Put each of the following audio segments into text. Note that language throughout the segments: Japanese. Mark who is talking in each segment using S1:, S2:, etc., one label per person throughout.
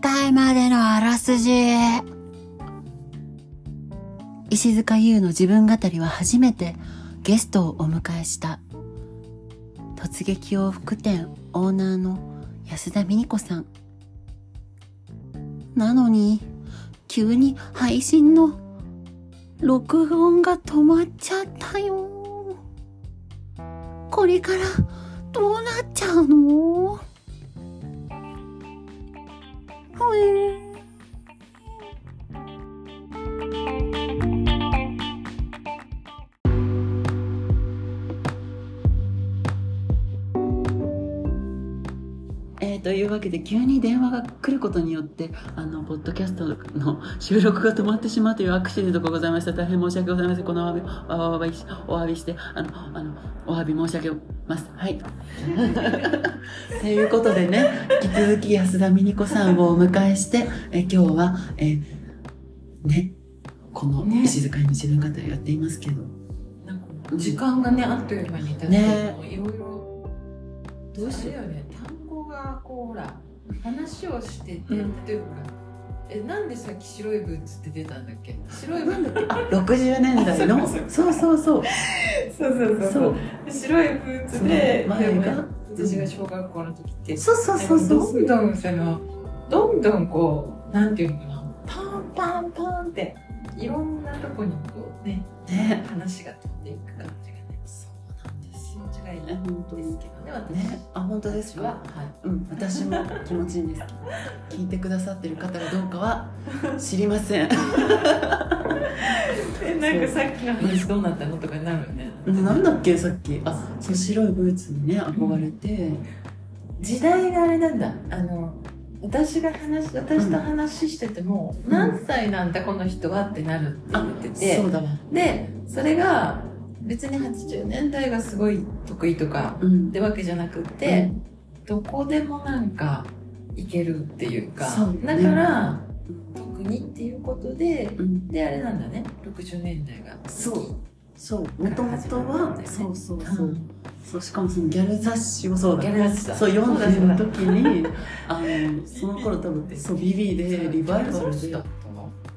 S1: 回までのあらすじ。石塚優の自分語りは初めてゲストをお迎えした。突撃洋服店オーナーの安田美奈子さん。なのに、急に配信の録音が止まっちゃったよ。これからどうなっちゃうのほえーえーというわけで急に電話が来ることによってあのポッドキャストの収録が止まってしまうというアクシデントがございました大変申し訳ございませんこのお詫びお詫びしお詫びしてあのあのお詫び申し上げますはい ということでね引き続き安田美奈子さんをお迎えしてえー今日はえーねこの
S2: ね
S1: 石塚に自分語りやっていますけど、
S2: なんか時間がねあっという間に経って、
S1: ね
S2: もういろいろ
S1: どうしよう
S2: あれだよね単語がこうほら話をしてて、
S1: うん
S2: 例えばえなんでさっき白いブーツって出たんだっけ白いブーツ
S1: あ60年代の そうそうそう
S2: そうそう
S1: そう
S2: 白いブー
S1: ツでそう前がでもね私が
S2: 小学校の時って
S1: そうそうそうそう
S2: どんどんそのどんどんこうなんていうのかなパンパンパンっていろんなとこにこうね
S1: ね
S2: 話が飛んでいく感じがね
S1: そうなんで
S2: 気
S1: す
S2: 持ちがいい
S1: ね本当
S2: です
S1: に
S2: けどね私
S1: ねあ本当ですか
S2: は、はい
S1: うん、私も気持ちいいんですけど聞いてくださってる方がどうかは知りません
S2: えなんかさっきの話どうなったのとかになるよね
S1: なんだっけさっきあそう白いブーツにね憧れて
S2: 時代があれなんだあの私が話私と話してても、
S1: ん
S2: 何歳なんだこの人はってなるって言ってて、
S1: そうだわ
S2: でそれが別に80年代がすごい得意とか
S1: うん
S2: ってわけじゃなくて、どこでもなんかいけるっていうか
S1: そうね
S2: だから特にっていうことで
S1: うん
S2: であれなんだね60年代が
S1: そうそうもともとはそうそうそう,、
S2: うん
S1: そうしかもそのギャル雑誌もそうだ
S2: ギャル雑誌だ
S1: そう読ん
S2: そうだそう
S1: で
S2: だ
S1: る時にあのその頃多分そうビビでリバイバルで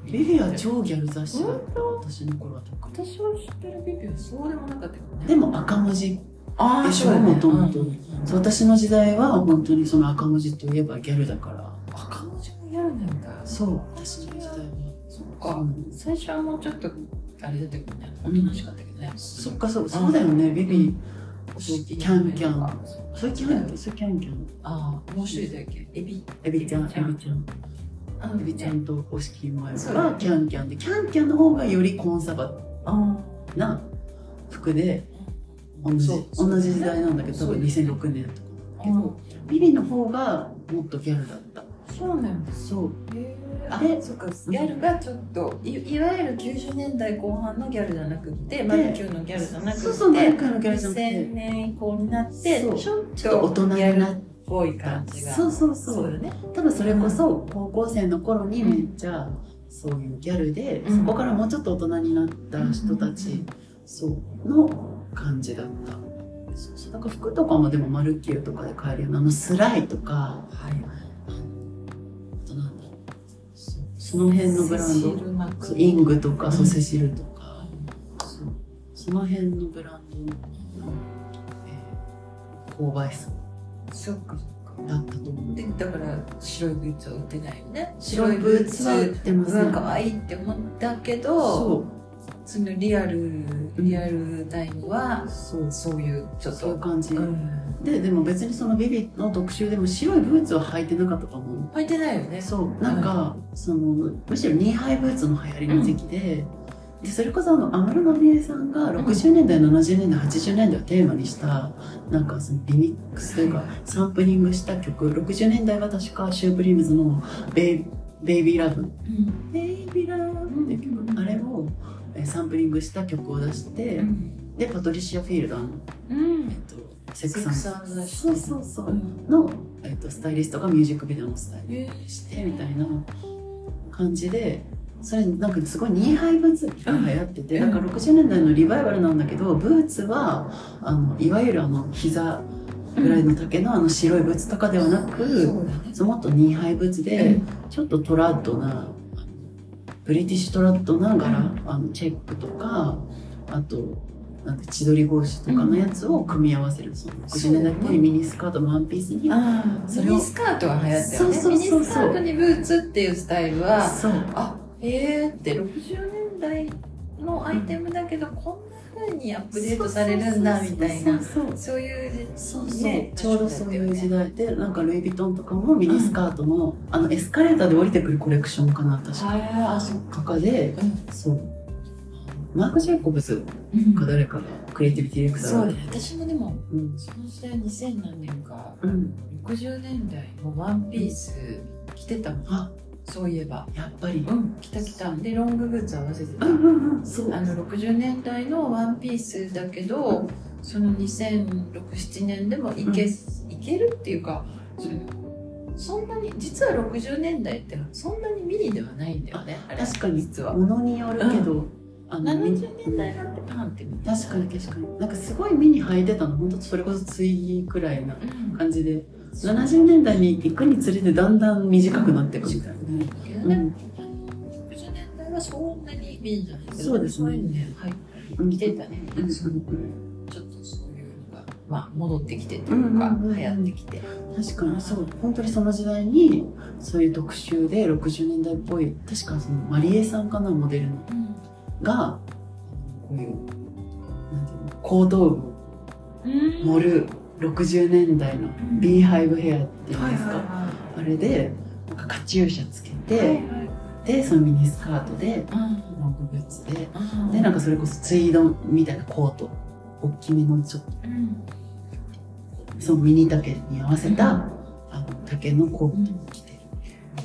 S1: ビビは超ギャル雑誌だった私の頃は特に
S2: 私は知ってるビビはそうでもなかったけどね
S1: でも赤文字
S2: あ
S1: でしょもともとそう私の時代は本当にその赤文字といえばギャルだから
S2: 赤文字もやるなんだ
S1: そう私の時代は
S2: そっ
S1: う
S2: か
S1: ん
S2: 最初はもうちょっとあれだったけどね
S1: う
S2: お
S1: ん
S2: となしかったけどね
S1: そっかそうそうだよねビビ
S2: そう
S1: キャンキャンそれキャンキャンそれキャンキャン
S2: ああもう一人だっけエビ
S1: エビちゃんエビちゃん
S2: あ
S1: エビちゃんとおしきまゆ
S2: そう
S1: はキャンキャンでキャンキャンの方がよりコンサバ
S2: あ
S1: な服で同じ
S2: そうそう
S1: 同じ時代なんだけど多分2006年とかだけどビビの方がもっとギャルだった
S2: そうなんだ
S1: そう
S2: へー
S1: あ
S2: あそっかギャルがちょっといいわゆる90年代後半のギャルじゃなくてマルキューのギャルじゃなくて
S1: そうそう前回のギャルじゃなくて
S2: 2000年以降になって
S1: そう
S2: ちょっ
S1: ちょっと大人になっ
S2: っぽい感じが
S1: たそうそうそう
S2: だね
S1: 多分それこそ高校生の頃にめっちゃそういうギャルで、
S2: うん
S1: そこからもうちょっと大人になった人たち、
S2: うん
S1: そうの感じだったそうそうだから服とかもでもマルキューとかで買えるようなあのスライとか
S2: はい
S1: あとなんだろうそうその辺のブラン
S2: セシ
S1: ド
S2: ルマク
S1: そうイングとか、そう
S2: うん
S1: セシルとかそうその辺のブランドの、えー購買層
S2: そっかそっか
S1: だったと思う
S2: でだから白いブーツは売ってないよね
S1: 白いブーツは売ってま
S2: う
S1: せ
S2: わ
S1: ん
S2: 可愛いって思ったけど
S1: そ
S2: そのリアルリアルタイムは
S1: うそう
S2: そういうちょっ
S1: そういう
S2: と
S1: 感じ、
S2: うん
S1: ででも別にそのビビの特集でも白いブーツは履いてなかったと思う
S2: 履いてないよね
S1: そうなんか、そのむしろニーハイブーツの流行りの時期で,、でそれこそあの安室奈美恵さんが60年代、70年代80年代をテーマにしたなんかそのリミックスというかサンプリングした曲60年代は確かシュープリームズのベイ「ベイビーラブ」「ベイビーラブ」っていう曲、
S2: うん
S1: あれをえーサンプリングした曲を出して、
S2: うん
S1: でパトリシア・フィールダーの、
S2: うん
S1: えっと、セック
S2: セッ
S1: サン
S2: クスアンドザシテ
S1: そ
S2: ィ
S1: うそうそう、
S2: うん
S1: の、えっとスタイリストがミュージックビデオのスタイ
S2: え
S1: ルしてみたいな感じでそれなんかすごいニーハイブーツが流行ってて、
S2: うん
S1: なんか60年代のリバイバルなんだけどブーツはあのいわゆるあの膝ぐらいの丈のあの白いブーツとかではな
S2: そ
S1: く、
S2: うだね
S1: そうもっとニーハイブーツで、
S2: うん
S1: ちょっとトラッドな、ブリティッシュトラッドな柄、あのチェックとか、あと、なんて千鳥格子とかのやつを組み合わせる、その60年代っぽいミニスカートのワンピースに、
S2: ああ
S1: そ
S2: ミ
S1: れを
S2: ニスカートが流行ったよね
S1: そうそうそうそう
S2: ミニスカートにブーツっていうスタイルは
S1: そう
S2: あえーって60年代のアイテムだけどこんな風にアップデートされるんだみたいな
S1: そうそう
S2: そういう
S1: そうそう、
S2: ね
S1: ちょうどそういう時代でなんかルイ・ヴィトンとかもミニスカートの、あのエスカレーターで降りてくるコレクションかな確か
S2: ああそ
S1: とかで、
S2: う
S1: そうマーク・ジェイコブス
S2: うん
S1: か誰かがクリエイティビティディレクター
S2: そ
S1: だ
S2: うね私もでも
S1: うん
S2: その時代2000何年か
S1: うん
S2: 60年代もワンピース着てたもん
S1: あ
S2: そういえば
S1: やっぱり
S2: うん着た着たでロングブーツ合わせてた
S1: うんうんうんそう
S2: あの60年代のワンピースだけどその2006,7年でもいけ,、いけるっていうかそんなに実は60年代ってそんなにミニではないんだよねあれ
S1: 確かに
S2: 実は
S1: ものによるけど、あの
S2: 70年代だってパンってみたいな
S1: 確かに確かになんかすごい目に履いてたの本当それこそツイくらいな
S2: うん
S1: 感じで70年代に行くにつれてだんだん短くなっていくみたいな、
S2: だけどね、60年代はそんなにミニじゃないけど
S1: そうですね
S2: そういうね、はい、
S1: うん
S2: 着てたね、
S1: うん
S2: そのちょっとそういうのが、まあ、戻ってきてというか、
S1: うんうんうん
S2: 流行ってきて
S1: 確かにそう本当にその時代にそういう特集で60年代っぽい確かそのマリエさんかなモデルのがこういうなんていうの後頭部を盛る60年代のビーハイブヘアっていうんですか、あれでなんかカチューシャつけて、でそのミニスカートでロングブーツででなんかそれこそツイードみたいなコート大きめのちょっとそのミニ丈に合わせた、あの丈のコートを着てる。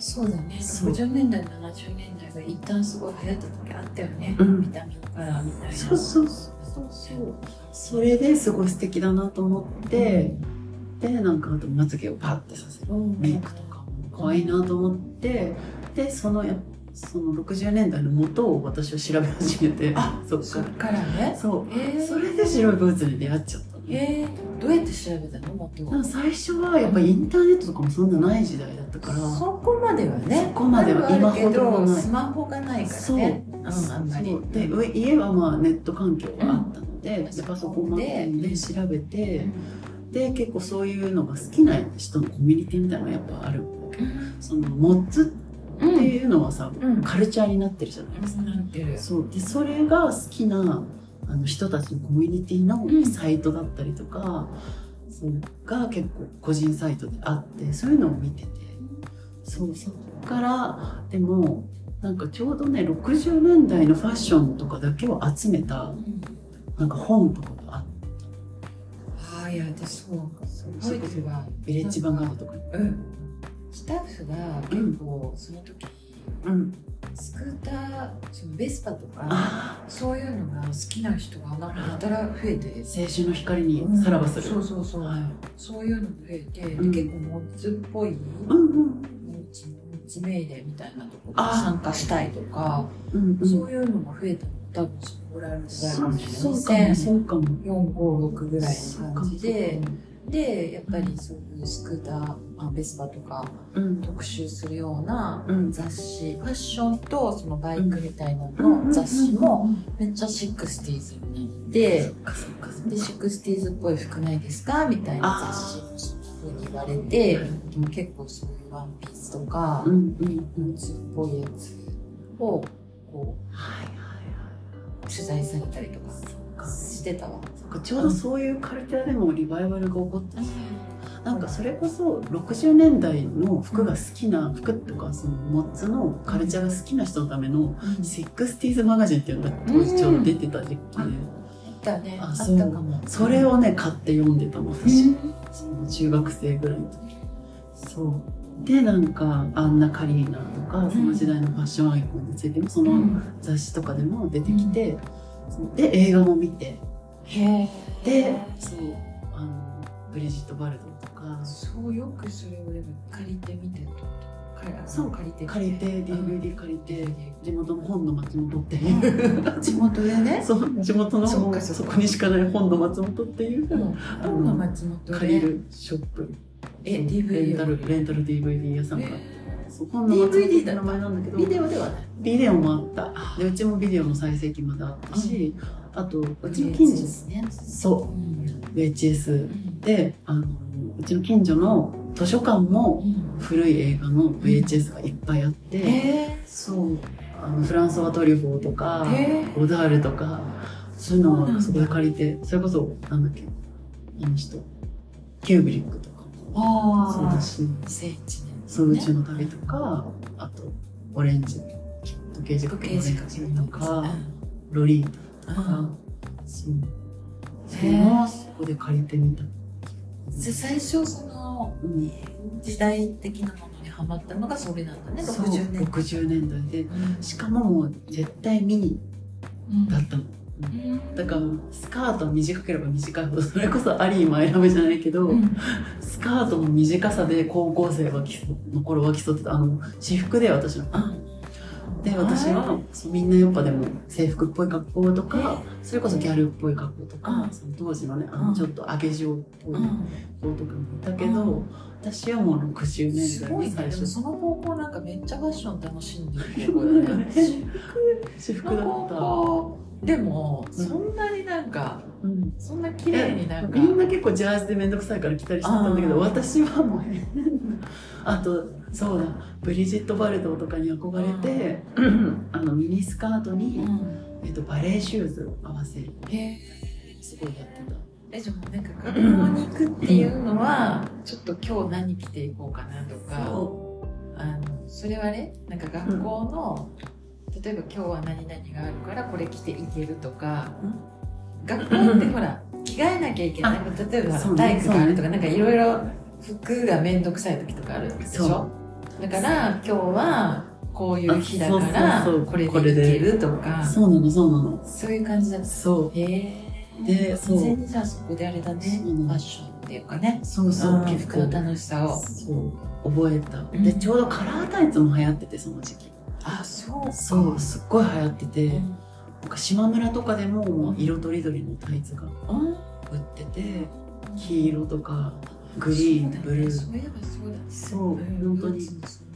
S2: そうだね
S1: そう
S2: 60年代70年代が一旦すごい流行った時あったよね、
S1: うん
S2: ビタミンカラーみたいな
S1: そうそうそうそうそれですごい素敵だなと思って、でなんかあとまつげをパッてさせる
S2: うん
S1: メイクとかも可愛いなと思ってでそのやその60年代の元を私は調べ始めて
S2: あ
S1: そっ
S2: そ
S1: か
S2: っ
S1: ら
S2: からね
S1: そ
S2: えー
S1: うそれで白いブーツに出会っちゃったのね
S2: えーどうやって調べたのもっ
S1: なんか最初はやっぱインターネットとかもそんなない時代だったから
S2: そこまではね
S1: そこまでは今ほどは
S2: あるけ
S1: ない
S2: スマホがないから
S1: そう
S2: ねうんあんまり
S1: そうで上家はまあネット環境があったので,、
S2: うん
S1: でパソコンもあってで調べて、
S2: う
S1: で結構そういうのが好きな人のコミュニティみたいなのがやっぱある
S2: ん
S1: そのモッツっていうのはさ、
S2: うん
S1: カルチャーになってるじゃないですか、
S2: なってる
S1: そうでそれが好きなあの人たちのコミュニティの
S2: うん
S1: サイトだったりとか、そうが結構個人サイトであってそういうのを見ててそうそっからでもなんかちょうどね60年代のファッションとかだけを集めた
S2: うん
S1: なんか本とかがあって
S2: ああいや私そう覚えてるわ
S1: ビレッジヴァンガードとかに。
S2: うんスタッフが結構その時
S1: うん、
S2: スクーターそのベスパとか
S1: あ
S2: そういうのが好きな人がなんかやたら増えて
S1: ー青春の光にさらばする、
S2: そうそうそう、
S1: はい
S2: そういうのも増えて、で
S1: うん
S2: 結構モッズっぽい
S1: うんうん
S2: 地名でみたいなところに参加したいとか、
S1: うんうん
S2: そういうのが増えたの多分そのぐらいの時代かもし
S1: そうか
S2: れない
S1: も
S2: 2000
S1: そうかも
S2: 456ぐらいの感じ
S1: そう
S2: で
S1: かも
S2: でやっぱりそういうスクーター、まあ、ベスパとか
S1: うん
S2: 特集するような
S1: うん
S2: 雑誌ファッションとそのバイクみたいなのの雑誌もめっちゃシックスティーズになって
S1: そっかそっかそっか
S2: でシックスティーズっぽい服ないですかみたいな雑誌ふうに言われて結構そういうワンピースとか
S1: うんうんう
S2: ブ
S1: ん
S2: ーツっぽいやつをこ
S1: はいはいは
S2: う取材されたりと
S1: いそ
S2: か
S1: っか
S2: してたわ。
S1: そっかちょうどそういうカルチャーでもリバイバルが起こったしなんかそれこそ60年代の服が好きな服とかそのモッツのカルチャーが好きな人のためのシックスティーズマガジンっていうのが当時ちょうど出てた時期で
S2: あったねあ
S1: あ
S2: った
S1: そう
S2: かも。
S1: それをね買って読んでたの
S2: う
S1: 私
S2: ん
S1: その中学生ぐらいの時そうでなんかアンナ・カリーナとかその時代のファッションアイコンについてもその雑誌とかでも出てきて、そうで映画も見て
S2: へー
S1: でそうあのブリジット・バルドンとか
S2: そうよくそれをでも借りてみてとから本借りてきて
S1: 借りて
S2: うん
S1: DVD 借りて地元の本の松本っていう、
S2: 地元でね
S1: そう地元の
S2: そっかそっ
S1: そ
S2: か
S1: こにしかない本の松本っていう、
S2: うん本の松本
S1: 借り
S2: で
S1: るショップ
S2: え
S1: そう
S2: DVD
S1: レンタルレンタル DVD 屋さんが、
S2: え
S1: そう本の松本って
S2: DVD だ
S1: 名前なんだけど
S2: ービデオではない
S1: ビデオもあったでうちもビデオの再生機まであったし、あとうちの近
S2: で
S1: 所
S2: すね
S1: そう VHS
S2: ん
S1: であのうちの近所の図書館も
S2: うん
S1: 古い映画の VHS がいっぱいあって、
S2: え
S1: そうあのフランソワ・トリュフォーとか
S2: ーえ
S1: ゴダールとかそういう
S2: そうなん
S1: のを
S2: だ
S1: そこで借りてそれこそなんだっけあの人キューブリックとか
S2: ー
S1: もそうだ
S2: あ
S1: し
S2: あ聖地ね
S1: そう宇宙の旅とかあとオレンジ時計仕掛けのオレンジとかロリータ
S2: うん
S1: とかそうそ
S2: へ
S1: れ
S2: ー
S1: もそこで借りてみた、
S2: じゃあ最初その
S1: うん
S2: 時代的なものにハマったのがそれなんだね
S1: そう
S2: 60年
S1: 60年代で
S2: うん
S1: しかももう絶対ミニ
S2: うん
S1: だったの
S2: うん
S1: だからスカート短ければ短いほどそれこそアリーマイラブじゃないけど、
S2: うん
S1: スカートの短さで高校生は競の頃は競ってたあの私服で私のあで私はそうみんなやっぱでも制服っぽい格好とかそれこそギャルっぽい格好とか
S2: うん
S1: その当時のねあ
S2: う
S1: の
S2: ん
S1: ちょっと上げ状っぽい
S2: うん
S1: 子とかもいたけ
S2: う
S1: ど
S2: ん
S1: 私はもう60年
S2: す
S1: 代
S2: ごい
S1: の
S2: ね
S1: 最
S2: でも
S1: 初
S2: その高校なんかめっちゃファッション楽しんでる高校だね私
S1: 私服
S2: の
S1: だ
S2: 高
S1: っ
S2: 校でも
S1: うん
S2: そんなになんか
S1: た、うん
S2: そんな綺麗になんか
S1: みんな結構ジャージで面倒くさいから着たりしてたんだけ
S2: あー
S1: ど私はもう変なあとそうだブリジット・バルドーとかに憧れて、あのミニスカートに、
S2: うん
S1: えっと、バレーシューズを合わせる
S2: へ
S1: すごいやってた
S2: えじゃあもうなんか学校に行くっていうのはちょっと今日何着ていこうかなとか
S1: そ
S2: あのそれはねなんか学校の、例えば今日は何々があるからこれ着ていけるとか、
S1: うん
S2: 学校ってほら着替えなきゃいけない例えば
S1: そうね
S2: 体育があるとか、なんかいろいろ服が面倒くさい時とかあるでし
S1: そ
S2: ょだから今日はこういう日だから
S1: あそうそうそう
S2: これ
S1: これ
S2: で
S1: で
S2: いけるとか
S1: う
S2: そ
S1: そ
S2: う
S1: うなのそうなの
S2: いう感じだった
S1: そ
S2: へえ
S1: で
S2: 完全にじゃあそこであれだね
S1: そう
S2: ファッションっていうかね
S1: うそうそう
S2: 着
S1: 結
S2: 服の
S1: 構
S2: 楽しさを
S1: そう覚えた、
S2: ん
S1: でちょうどカラータイツも流行っててその時期
S2: あそう
S1: そうすっごい流行ってて、
S2: うん
S1: なんか島村とかでももう色とりどりのタイツが
S2: うん
S1: 売ってて黄色とかグリーン、ブルー
S2: そういえばそうだ
S1: そう本当に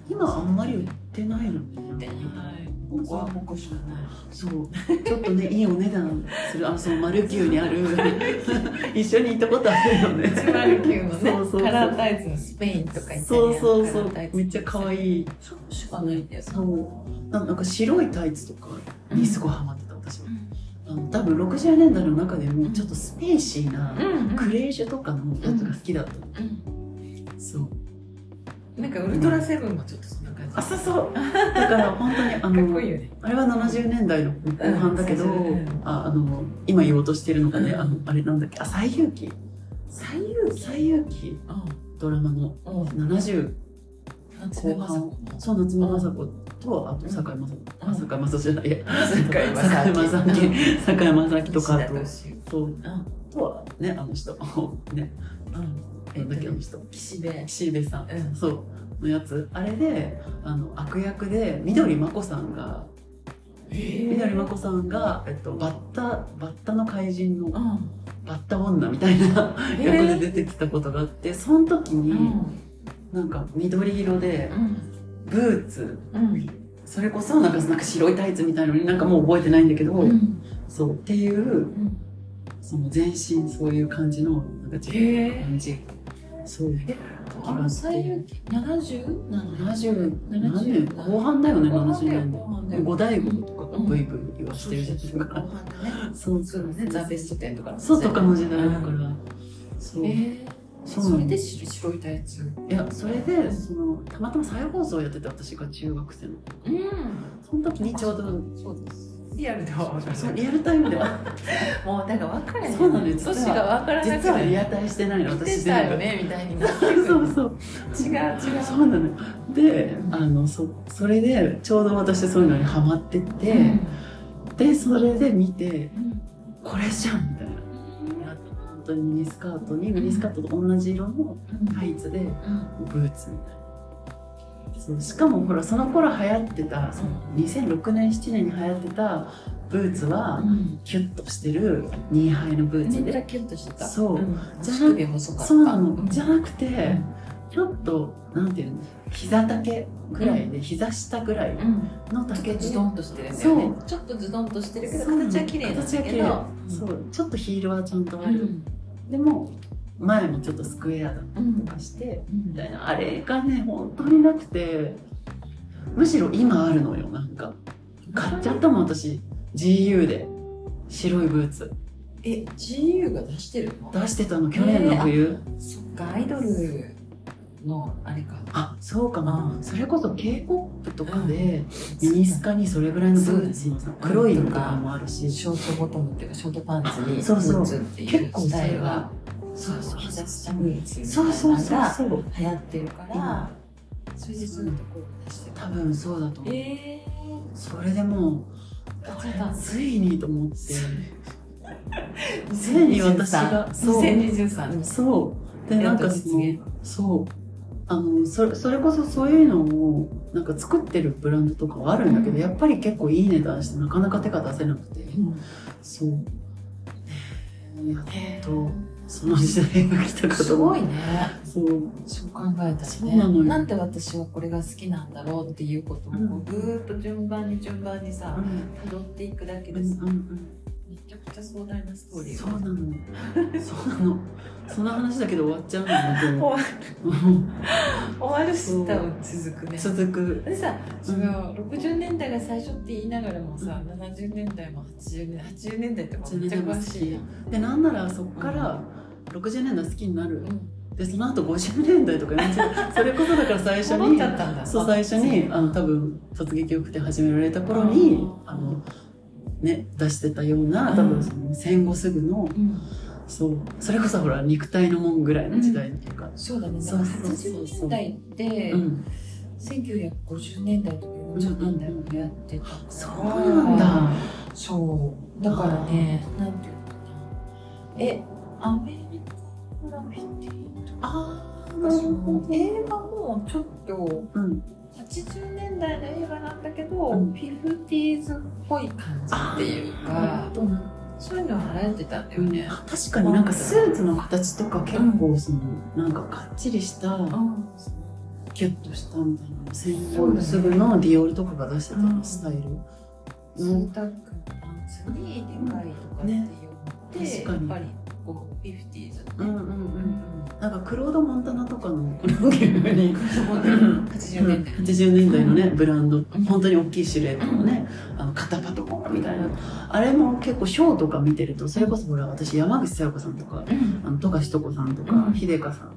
S1: 今あんまり売ってないのね
S2: てない
S1: ここは
S2: ここしかない
S1: そうちょっと ねいいお値段するあのそのマルキューにある 一緒に行ったことあるよね
S2: 109のね
S1: そうそうそう
S2: カラータイツのスペインとかイタリア
S1: そ
S2: の
S1: うそう
S2: カ
S1: そ
S2: ラー
S1: う
S2: タイツ
S1: めっちゃ可愛い
S2: そうしかないんだよ
S1: そうななんか白いタイツとかにすごいハマってた私はあの多分60年代の中でもちょっとスペーシーな
S2: うんうん
S1: クレージュとかのやつが好きだったの
S2: うん
S1: そう
S2: なんかウルトラセブンもちょっとそんな感じ
S1: あ
S2: かっ
S1: そうそうだから本当にあ の
S2: こいいよね
S1: あれは70年代の後半だけど、
S2: うん
S1: ああの今言おうとしてるのがね、
S2: うん
S1: あのあれなんだっけあ西遊記
S2: 最優
S1: 西遊記ドラマの
S2: うん
S1: 70
S2: 夏目雅子も
S1: そう夏目雅子とあと堺雅子
S2: うん
S1: あ堺雅子じゃないや
S2: 坂井
S1: 堺
S2: 正
S1: 正
S2: 明
S1: 明堺正明とかあと
S2: 西
S1: そう
S2: 田敏
S1: とはねあの人 ね
S2: 夫うん
S1: なんだっけあの人
S2: 岸辺
S1: 岸辺さん、
S2: うん
S1: そうのやつあれであの悪役で緑真子さんが緑真子さんが、えっと、バッタバッタの怪人の
S2: うん
S1: バッタ女みたいな
S2: え
S1: 役で出てきたことがあってその時
S2: う
S1: に
S2: ん
S1: なんか緑色で
S2: うん
S1: ブーツ
S2: うん
S1: それこそなんかなんか白いタイツみたいのになんかもう覚えてないんだけど、
S2: うん
S1: そうっていう
S2: うん
S1: その全身そういう感じのなんか自
S2: へ
S1: 分
S2: え
S1: の感じそう
S2: あの最優記70なのね
S1: 70
S2: 70
S1: 何年後半だよね
S2: 後半
S1: 70
S2: だよ
S1: 年
S2: 後半だ
S1: 代
S2: よ
S1: 五大五とかがブイブイ言わしてるじゃ
S2: そうそうそうん後半だね
S1: そう
S2: そうだねザ・ベストテンとかの
S1: そうとかの時代だか
S2: うん
S1: らそうい
S2: えー
S1: そう
S2: それで白白いタイツ
S1: やそれでそのたまたま再放送やってて私が中学生の
S2: うん
S1: その時にちょうど
S2: そうですリアルでは分
S1: そう
S2: かる
S1: リアルタイムで は
S2: もうだから分からへん
S1: そうなのよ
S2: 年が分からなく
S1: 実はリ
S2: て
S1: アタイしてないの私
S2: 私
S1: で
S2: だよねみたいになってく
S1: そう
S2: る
S1: そうそう
S2: 違う違う
S1: そうなのであのそそれでちょうど私そういうのにハマってて、でそれで見て
S2: うん
S1: これじゃんみたいな本当にミニスカートにミニスカートと同じ色の
S2: うん
S1: タイツで
S2: うん
S1: ブーツみたいなそうしかもほらその頃流行ってたその2006年7年に流行ってたブーツは
S2: うん
S1: キュッとしてるニーハイのブー
S2: め
S1: ツ
S2: っち
S1: で
S2: ゃキュッとしてた
S1: そうんじゃ
S2: 足首細かった
S1: そうなの
S2: ん
S1: じゃなくてちょっとなんていうの膝丈ぐらいで膝下ぐらい
S2: うん
S1: の
S2: ちょ
S1: 丈
S2: っと
S1: で
S2: ズドンとしてるんだよね
S1: そ
S2: ちょっとズドンとしてるけど
S1: そう
S2: 形は綺麗なんだけ
S1: 形は
S2: ど
S1: そうちょっとヒールはちゃんとあ
S2: う
S1: る、
S2: ん
S1: でも前もちょっとスクエアだった
S2: う
S1: り
S2: ん
S1: とかしてみた
S2: だ
S1: いなあれがね本当になくてむしろ今あるのよなんか買っちゃったもん私 GU で白いブーツ
S2: え GU が出してるの
S1: 出してたの去年の冬、
S2: そっかアイドルのあれか
S1: あそうかも、
S2: うん
S1: それこそ k p o p とかでミニスカにそれぐらいのブーツのさ
S2: ん
S1: 黒いのとかもあるし、
S2: ショートボトムっていうかショートパンツにブ
S1: あそうそう
S2: ーツっていうスタイルが
S1: そうそう
S2: 膝
S1: そ
S2: 下
S1: う
S2: ブーツみ
S1: そう
S2: た
S1: そ
S2: いうなの
S1: そう
S2: が
S1: そう
S2: 流行ってるから
S1: 今
S2: それでそういうところを出して
S1: 多
S2: た
S1: 分そうだと思う
S2: えー
S1: それでもう
S2: 買っちゃったんだ
S1: ついにと思って常
S2: 2023
S1: に私がそう
S2: 2023
S1: そうで
S2: や
S1: な
S2: っ
S1: ん
S2: と
S1: かそ
S2: 実
S1: の
S2: 現
S1: そうあのそそれこそそういうのをなんか作ってるブランドとかはあるんだけど、
S2: うん
S1: やっぱり結構いい値段してなかなか手が出せなくて、そうねえやっ
S2: え
S1: とその時代が来たかと思う
S2: すごいね
S1: そう
S2: そう考えた
S1: そ
S2: ら
S1: うなのよ
S2: ねなんで私はこれが好きなんだろうっていうことをこうぐーっと順番に順番に
S1: う
S2: さ
S1: ん
S2: 辿っていくだけ
S1: う
S2: で
S1: ん
S2: さ
S1: うん
S2: めちゃくちゃ壮大なスト
S1: う
S2: ー
S1: ん
S2: リー
S1: そうなのそうなのそんな話だけど終わっちゃうんだ
S2: 終
S1: けど うん
S2: 終わるし多分続くね
S1: 続く
S2: でさその60年代が最初って言いながらもさ、70年代も80年80年代ってめっちゃ詳しいやん、
S1: でなんならそこから60年代好きになる
S2: うん、
S1: でその後50年代とか40それこそだから最初
S2: 戻っ
S1: に
S2: ちゃったんだ
S1: そう最初にあの多分卒撃を送って始められた頃にあの、ね、出してたような多分その戦後すぐの
S2: うん、
S1: そうそれこそほら肉体の門ぐらいの時代っていうか、
S2: そうだねだ
S1: そ
S2: か
S1: う
S2: ら
S1: そうそう
S2: 80
S1: そ
S2: 年
S1: う
S2: 代って、
S1: うん、
S2: 1950年代とか40年代もやってたから、
S1: そうなんだ、
S2: そうだからねなんていうのかなえアメリカのラビティとか
S1: ああ
S2: その映画もちょっと
S1: うん、
S2: 80年代の映画なんだけど、
S1: うん
S2: フィフティーズっぽい感じっていうかそういうのは流行ってたんだよね、
S1: 確かになんかスーツの形とか結構その、なんかかっちりした、
S2: うん
S1: キュッとしたみたいな戦後すぐのディオールとかが出してたスタイル、
S2: スータックのパンツにでかいとかっていうのっ
S1: ね
S2: て、
S1: 確
S2: や
S1: か
S2: っ
S1: に
S2: ぱりこうフィフティーズって、
S1: うんうんうんなんかクロード・モンタナとかのこの急に
S2: そこで80年代、
S1: 80年代のね
S2: う
S1: ブランド
S2: ん
S1: 本当に大きいシルエットのねあの肩パとかみたいなあれも結構ショーとか見てるとそれこそほら私山口小夜子さんとか
S2: うん
S1: あの富樫しとこさんと
S2: う
S1: か
S2: ん
S1: 秀香さん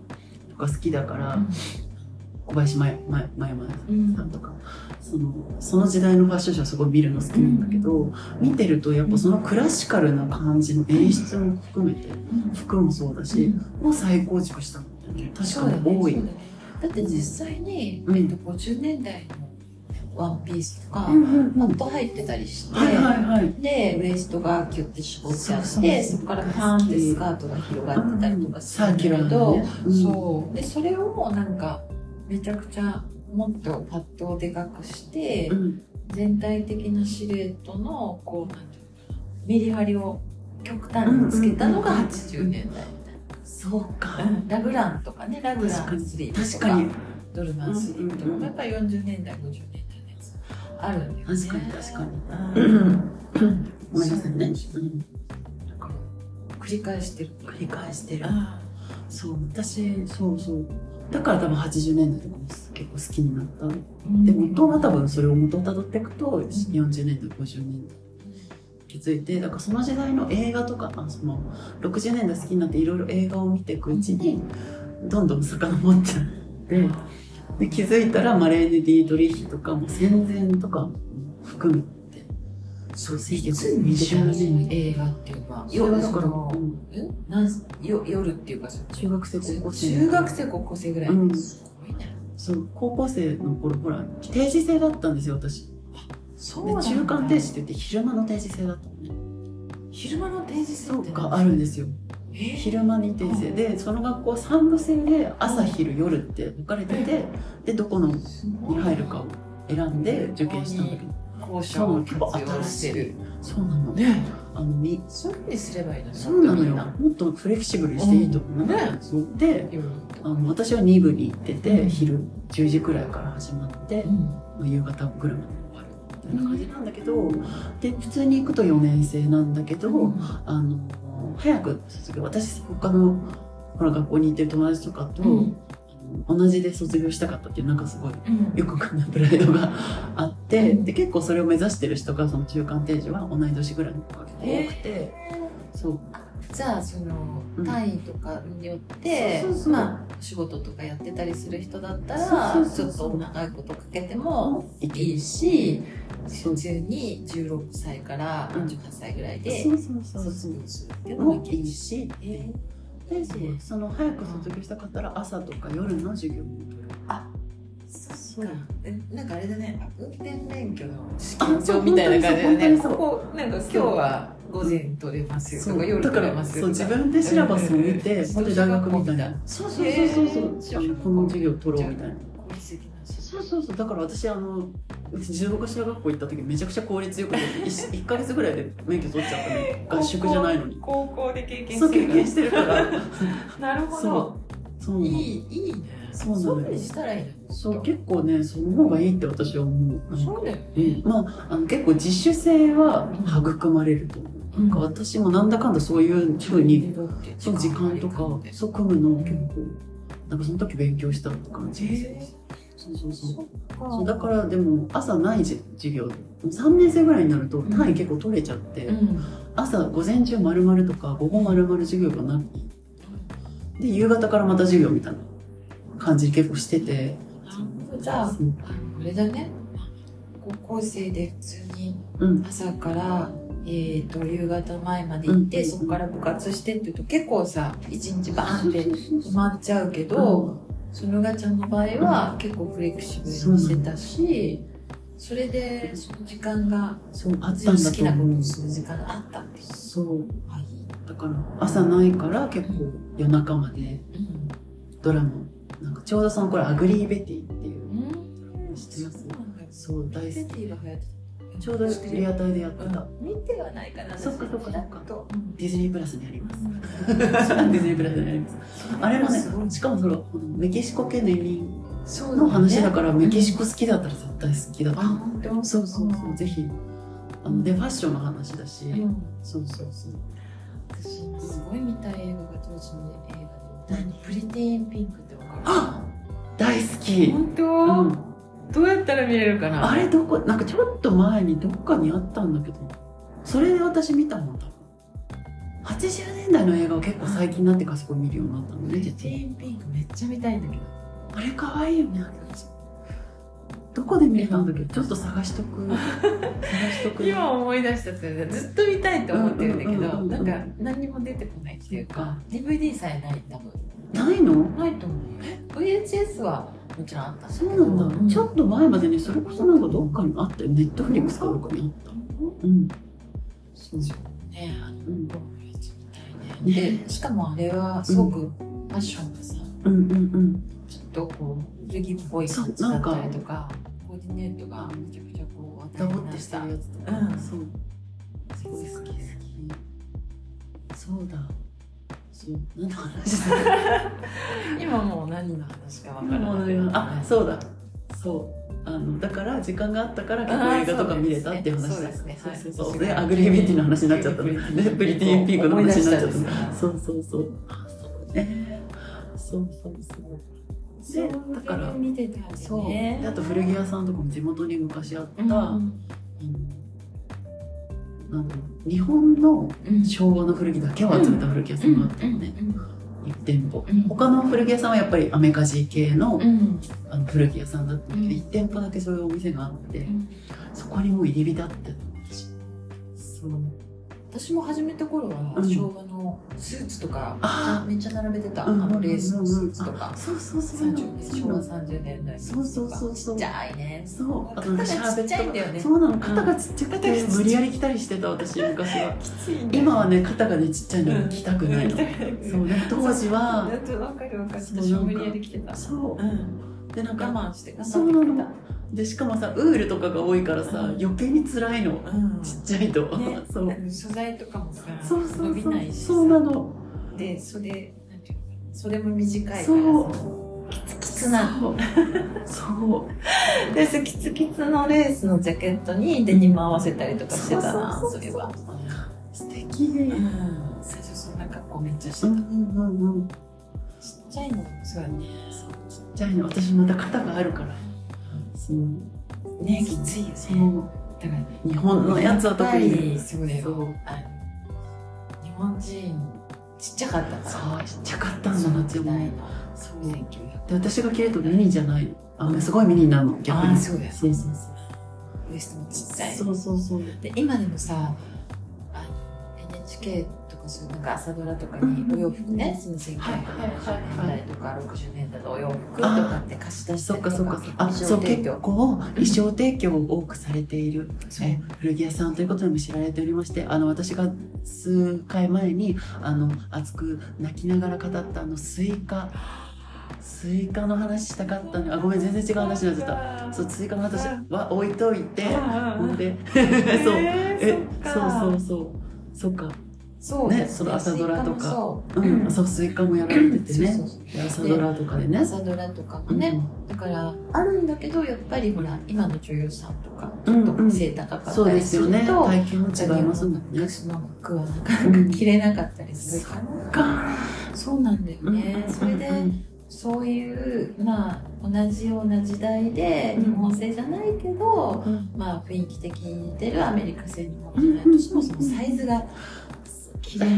S1: とか好きだから小林真由真由真由
S2: うん
S1: さんとかそのその時代のファッションショーすごい見るの好きなんだけど見てるとやっぱそのクラシカルな感じの演出も含めて服もそうだしもう再構築したのってね確
S2: そうだ
S1: か
S2: ね
S1: に多い
S2: そう。だねだって実際に、
S1: うん
S2: えっと、50年代のワンピースとか、パッと入ってたりして、
S1: はいはいはい。
S2: でウエストがキュッて絞ってあって
S1: そ
S2: そう
S1: そうそう
S2: こからパーンってスカートが広がってたりとかす
S1: サー
S2: るんだ
S1: キ
S2: け
S1: ュラー
S2: ど、
S1: のね。うん
S2: そうでそれをもうなんかめちゃくちゃもっとパッとでかくして、
S1: うん。
S2: 全体的なシルエットのこうなんていうのかなメリハリを極端につけたのが80年代、
S1: そうか。
S2: ラグランとかねラグランスリーブ
S1: 確
S2: と
S1: か
S2: か
S1: に。
S2: ドルマンスリーブとか
S1: うんうんうん
S2: もやっぱり40年代50年代のやつあるんだよね
S1: 確かに確かに。
S2: うん
S1: ごめんなさいね。うん
S2: だから繰り返してる
S1: 繰り返してる。
S2: あ
S1: そう、私、そうそう。だから多分80年代とかも結構好きになった。
S2: あ
S1: で、元は多分それを元をたどっていくと、40年代、50年代。気づいて、だからその時代の映画とか、あその60年代好きになっていろいろ映画を見ていくうちに、どんどん遡っちゃって。で気づいたらマレーヌ・ディ・ドリヒとかも戦前とかも含めてそう1920年
S2: 映画っていうか
S1: そうだから、
S2: の
S1: うん
S2: んなんよ夜っていうかその
S1: 中学生高校生
S2: 中学生高校生ぐらい、
S1: うん
S2: すごいね
S1: そう高校生の頃ほら定時制だったんですよ私で
S2: そ
S1: 中間定時って言って昼間の定時制だったのね
S2: 昼間の定時制
S1: そ
S2: っ
S1: う
S2: て
S1: かあるんですよ
S2: へ
S1: 昼間に1年生でその学校は3部制で朝昼夜って分かれててでどこのに
S2: すごい
S1: 入るかを選んで受験したんだけど
S2: 校舎を活用してる
S1: そうなの
S2: ね
S1: あのみ
S2: そういうふうにすればいいのに
S1: そうなのよもっとフレキシブルにしていいと思うね
S2: うんね
S1: そうで
S2: 夜
S1: あ
S2: とか
S1: の私は2部に行ってて、
S2: うん
S1: 昼10時くらいから始まって夕方ぐらいまで終わるみたいな感じなんだけど、で普通に行くと4年生なんだけど、あの早く卒業私他のほら学校に行ってる友達とかと、
S2: う
S1: あ
S2: ん
S1: の同じで卒業したかったっていうなんかすごい
S2: うん
S1: よくわかんないプライドがあって、
S2: うん
S1: で結構それを目指してる人がその中間定時は同い年ぐらいの子が結構多くて、そう
S2: じゃあその
S1: うん
S2: 単位とかによって
S1: そうそうそう
S2: まあお仕事とかやってたりする人だったら
S1: そう
S2: ち
S1: そ
S2: ょ
S1: うそう
S2: っ
S1: そ
S2: と
S1: う
S2: 長いことかけても
S1: い
S2: いいし
S1: そう
S2: 中に16歳から
S1: うん
S2: 18歳ぐらいで
S1: そうそうそうそう
S2: 卒業するっていうの
S1: も
S2: もい
S1: い
S2: い
S1: い
S2: し
S1: しでそうその早く卒業したかったら朝とか夜の授業
S2: そ
S1: そうう
S2: かえなんかあれだね運転免許の試
S1: あ
S2: 験
S1: そう
S2: 場みたいな感じだ
S1: 本
S2: ね
S1: 当にそう
S2: ここなんか今日は午前取れますよとか夜
S1: だか
S2: 取れま
S1: ら
S2: す
S1: そう
S2: よと
S1: 自
S2: か
S1: 分でシラバスを見て、
S2: うん
S1: また大学みたいなそうそうそうそう
S2: へー
S1: そうあのこの授業取ろうみたいな
S2: 効率的なし
S1: そうそうそうだから私あのうち十五頭学校行った時めちゃくちゃ効率よくて一 一ヶ月ぐらいで免許取っちゃったの合宿じゃないのに
S2: 高校で経験
S1: そう
S2: す
S1: 経
S2: る
S1: 験してるから
S2: なるほど
S1: そう
S2: い
S1: なの
S2: いいいね
S1: そうなのよ
S2: ういうふうにしたらいいの
S1: そう結構ねその方がいいって私は思うなんか
S2: そうだよね
S1: うんまああの結構自主性は育まれると思う、
S2: うん
S1: なんか私もなんだかんだそういうふうにそう時間とかそう組むの
S2: ん
S1: 結構なんかその時勉強した感じ
S2: へ
S1: で
S2: ー
S1: すそうそうそうそ
S2: そう
S1: だからでも朝ないじ授業3年生ぐらいになると単位結構取れちゃって、
S2: うん
S1: 朝午前中丸々とか午後丸々授業がないで夕方からまた授業みたいな感じに結構してて
S2: じゃあ
S1: うん
S2: あのあれだね高校生で普通に
S1: うん
S2: 朝から、えー、と夕方前まで行って、
S1: うん
S2: そこから部活してっていうと結構さ一日バーンって埋まっちゃうけど、
S1: そ
S2: そのがちゃんの場合は結構フレキシブルにしてたしそれでその時間が
S1: そうあった
S2: 自
S1: んだ
S2: 分の好
S1: と
S2: きなこ
S1: 思
S2: と
S1: う
S2: をする時間があったっていう
S1: そう
S2: あいい、
S1: だから朝ないから結構夜中まで
S2: う、
S1: ドラマなんかちょうどその頃アグリーベティっていうん知ってます
S2: そうなんだよ
S1: そう大
S2: ベ
S1: 好
S2: ティが流行ってた
S1: きちょうどリアタイでやってた
S2: 見てはないかな
S1: そっかそっかそっか
S2: と
S1: ディズニープラスにあり ます
S2: う
S1: ディズニープラスにあります
S2: ん
S1: あれも
S2: すごい
S1: ね、しかもそれメキシコ系の移民
S2: そう
S1: の話だ
S2: か
S1: から、メキシコ好きだったら絶対好きだ
S2: あ
S1: わ
S2: 本当
S1: そうそう
S2: う
S1: そ
S2: ん
S1: う、ぜひ。あので、ファッションの話だし、
S2: うん
S1: そうそうそう。
S2: 私今すごい見たい映画が当時の映画で見たいプリティーンピンクってわか
S1: あ大好
S2: る
S1: き、
S2: 本
S1: う
S2: 当、
S1: ん、
S2: どうやったら見れるかな
S1: あれどこ、なんかちょっと前にどっかにあったんだけど、それで私見たもん、多分。80年代の映画を結構最近になってからすごい見るようになったの
S2: プ
S1: ね、
S2: リ
S1: 実
S2: ティ
S1: は。
S2: ーンピンクめっちゃ見たいんだけど
S1: あれ可愛いよね。どこで見れたんだっけちょっと探しと く。探しとく。
S2: 今思い出したっていうかずっと見たいと思ってるんだけど、
S1: うんうんうんうん
S2: なんか何にも出てこないっていうか DVD さえない多分
S1: ないの
S2: ないと思う VHS はもちろんあった
S1: そうなんだ、ちょ
S2: っ
S1: っと前までねそれこそなんかどっかにあったよネットフリックスかどっかにあったうんそう
S2: とねあの
S1: うん
S2: みたいねでしかもあれはすごくファッションがさ
S1: うんうんうん
S2: ちょっとこう古着っぽい感じだったりとかコーディネートがめちゃくちゃこう
S1: ダ
S2: 話題
S1: ボっ
S2: にな
S1: て
S2: っ
S1: して
S2: た
S1: るやつとか、
S2: うん
S1: そうすごい好き好きそうだそう何の話だ
S2: 今もう何の話かわから
S1: もう
S2: ない
S1: ねあそうだそうあのだから時間があったから結構映画とか見れたっていう話
S2: そう
S1: だ
S2: ですね
S1: そうそう
S2: は
S1: そ
S2: いう
S1: でアグリービティの話になっちゃったの でプリティーンピンクの話になっちゃったそうそうそう。あ、そうね。そうそうそう。で、だから、
S2: 見てたん
S1: そう。であと古着屋さんとかも地元に昔あった、うんなんだろう日本の昭和の古着だけを集めた古着屋さんがあったのね、一店舗。他の古着屋さんはやっぱりアメカジ系の,、あの古着屋さんだったんだけど、一店舗だけそういうお店があって、そこにもう入り浸ってたの私。そう。
S2: 私も始めた頃は
S1: うん
S2: 昭和ののスーツとか
S1: あ
S2: めっちゃ並べてた、
S1: うん
S2: あのレースのスーツとか、
S1: そうそうそう
S2: 三十年昭和30年代のスーツとか
S1: そうそうそうそう
S2: ちっちゃいね
S1: そう
S2: 肩がちっちゃいんだよね
S1: そうなの肩がちっちゃくて
S2: 肩がちっちゃい
S1: 無理やり着たりしてた私昔は
S2: きつい
S1: 今はね肩がねちっちゃいのに着たくないの、
S2: そ
S1: そうでも当時は
S2: だってわかるわかる
S1: そう
S2: 私も無理やり来てた
S1: そ
S2: うん
S1: うでなんか
S2: 我慢して我慢して
S1: そうなのでしかもさウールとかが多いからさ余計に辛いのちっちゃいと、
S2: ね
S1: そう
S2: うん素材とかもさ
S1: そうそう
S2: 伸び
S1: そう
S2: ないし
S1: そうなの
S2: で袖なんていうのかな袖も短いから
S1: そう
S2: きつな
S1: そうそう
S2: でキツキツのレースのジャケットにデニム合わせたりとかしてたな
S1: そうそ
S2: そう
S1: そう
S2: れは
S1: 素敵
S2: う
S1: うん
S2: ん最初そんな格好めっちゃして
S1: う
S2: た、
S1: んうんうんち
S2: ちっちゃいのもそうやね
S1: っちゃいの私また肩があるからそう
S2: ねきついよね
S1: そう
S2: だから
S1: 日本のやつは特
S2: やっぱ
S1: に
S2: りそうだよ
S1: そう
S2: あの日本人ちっちゃかったから
S1: そうちっちゃかったん
S2: そ
S1: だな
S2: の
S1: って
S2: 時
S1: 思う
S2: 代の
S1: そうで
S2: 1900
S1: 私が着るとミニじゃないのあすごいミニになるの逆
S2: あ
S1: に
S2: ーそうだよ
S1: そうそうそう
S2: ウエストもちっちゃい
S1: そうそうそう
S2: で今でもさあの NHK とかそういうなんか朝ドラとか
S1: うん
S2: に
S1: うん
S2: お洋服ねその1960
S1: はいはい
S2: 年
S1: はいはい
S2: 代とか60年代のお洋服とかって貸し出し
S1: そ
S2: た
S1: っ
S2: りと
S1: か
S2: か
S1: そっかあ
S2: 衣
S1: そ
S2: 装
S1: う
S2: 提
S1: 結
S2: 供
S1: 構衣装提供を多くされている
S2: そう
S1: え古着屋さんということにも知られておりましてあの私が数回前にあの熱く泣きながら語ったあのスイカスイカの話したかったのあごめん全然違う話になっちゃったそうスイカの話は置いといてで そうえそうそうそうそうか
S2: そう
S1: ねその朝ドラとか
S2: そう
S1: う
S2: うん
S1: んそうスイカもやられててね
S2: そうそうそう
S1: で朝ドラとかでね
S2: 朝ドラとかもね、だからあるんだけどやっぱりほら今の女優さんとかち
S1: う
S2: ょ
S1: ん
S2: っと背高
S1: うん
S2: かっ
S1: そう
S2: た
S1: で
S2: り
S1: す
S2: す
S1: よ
S2: ると、
S1: ね体型も
S2: やっ
S1: 違
S2: ぱ
S1: い
S2: り
S1: ますもんね
S2: 昔の服はなかなか着れなかったりするから、そうなんだよね、それで、そういうまあ同じような時代で
S1: うん
S2: 日本製じゃないけど、
S1: うん
S2: まあ雰囲気的に似てるアメリカ製にも似ない
S1: う
S2: と、
S1: ん
S2: そもそもサイズが着れない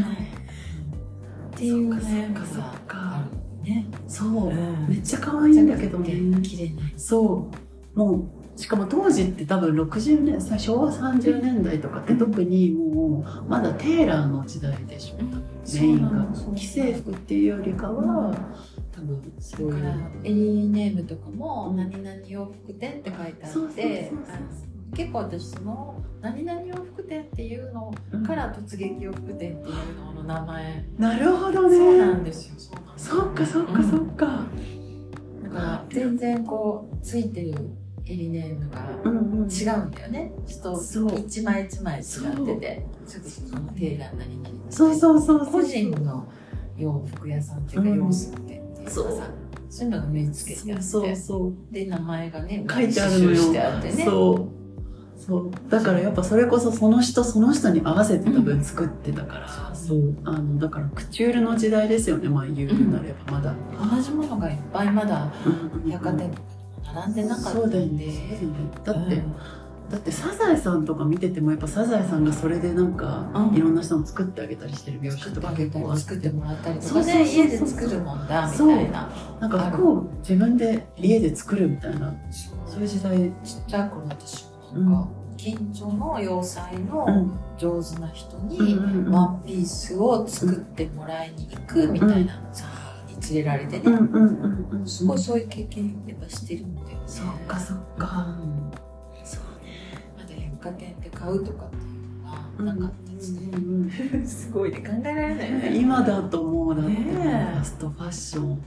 S2: っていう悩みが
S1: そっかそっ
S2: あ
S1: か
S2: るのね。
S1: そう
S2: うん
S1: めっちゃ可愛いんだけど
S2: ね
S1: ね
S2: 着れない。
S1: そうもうしかも当時って多分60年さ昭和30年代とかって特にもうまだテーラーの時代でしょメインが既製服っていうよりかは多分そう
S2: だ
S1: い
S2: か
S1: う
S2: らエリーネームとかも「何々洋服店」って書いてあ
S1: そうそう
S2: っ
S1: そう
S2: て
S1: そう
S2: あの結構私その「何々洋服店」っていうの
S1: うん
S2: から「突撃洋服店」っていうのの名前
S1: なるほど
S2: そうなん
S1: ね
S2: ですよそうなんです
S1: そっかそっかそっか
S2: だから全然こうついてるエリーネームが
S1: うんうん
S2: 違うんだよねちょ
S1: そ
S2: っ
S1: う
S2: と一枚一枚違っててちょっとそのテーラー何々って
S1: そうそうそうそう
S2: 個人の洋服屋さんっていうか
S1: うん
S2: 洋服店っていうかさ
S1: そう
S2: そういうのが目につけてあって
S1: そうそう
S2: で名前がね
S1: 書いてあるのよ
S2: 刺繍してあってね
S1: そうそうだからやっぱそれこそその人その人に合わせて多分作ってたから、
S2: うん
S1: そうあのだからクチュールの時代ですよねまあ言うなればまだ、
S2: 同じものがいっぱいまだ百貨店とかにも並んでなかった
S1: そうんだ
S2: で、
S1: よねだ
S2: う
S1: っ
S2: ん
S1: て、だってサザエさんとか見ててもやっぱサザエさんがそれでなんか、
S2: うん
S1: いろんな人の作ってあげたりしてる描
S2: 作
S1: 写
S2: っ
S1: と
S2: て
S1: か
S2: あげ
S1: 結
S2: た
S1: 構あっ
S2: り作っててもらったりと
S1: そう
S2: か
S1: そうそうそう
S2: で家で作るもんだみたいな
S1: なんか服を自分で家で作るみたいなそういう時代
S2: ちっちゃい頃私もなんか、近所の洋裁の上手な人に
S1: ん
S2: ワンピースを作ってもらいに行くみたいなさに連れられてね、
S1: うんうんうんうん
S2: すごいそういう経験やっぱしてるんだよね
S1: そっかそっ
S2: う
S1: か、
S2: ん
S1: そうね
S2: まだ百貨店で買うとかっていうのはなかったですね、
S1: うんうんうん
S2: すごいね考えられないよね
S1: 今だともうだってもうフ
S2: ねえ
S1: ァストファッション、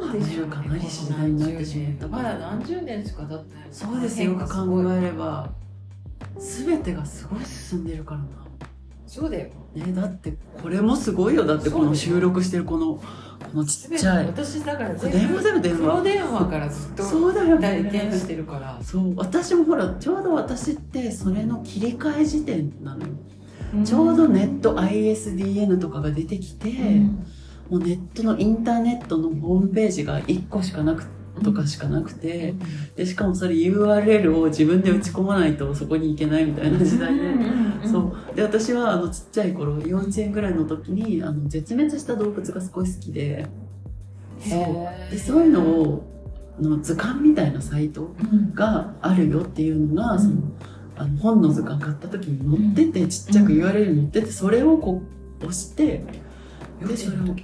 S2: なんでしょうね
S1: かなり次第になってしまった
S2: まだ何十年しか経ってない
S1: そうですよ
S2: 変化
S1: く
S2: すごい
S1: 考えれば全てがすごい進んでるから
S2: そうだよ
S1: な、ね、だってこれもすごいよだってこの収録してるこのこのちっちゃい
S2: 私だから
S1: これ
S2: 全
S1: 電話
S2: 部
S1: だよ電
S2: 黒
S1: 話
S2: 電話からずっと
S1: そうだよ
S2: 体験し
S1: ね
S2: てるから、
S1: そう私もほらちょうど私ってそれの切り替え時点なのよ、ちょうどネット ISDN とかが出てきて、
S2: うん
S1: もうネットのインターネットのホームページが1個しかなくとかしかなくて、
S2: うん
S1: でしかもそれ URL を自分で打ち込まないとそこに行けないみたいな時代で、
S2: うん
S1: そうで私はあのちっちゃい頃幼稚園ぐらいの時にあの絶滅した動物がすごい好きでそう
S2: へー
S1: でそういうのをの図鑑みたいなサイト
S2: うん
S1: があるよっていうのが、
S2: うん
S1: そのあの本の図鑑買った時に載っててちっちゃく URL に載っててそれをこう押してで
S2: 夜
S1: それ
S2: の
S1: を
S2: 時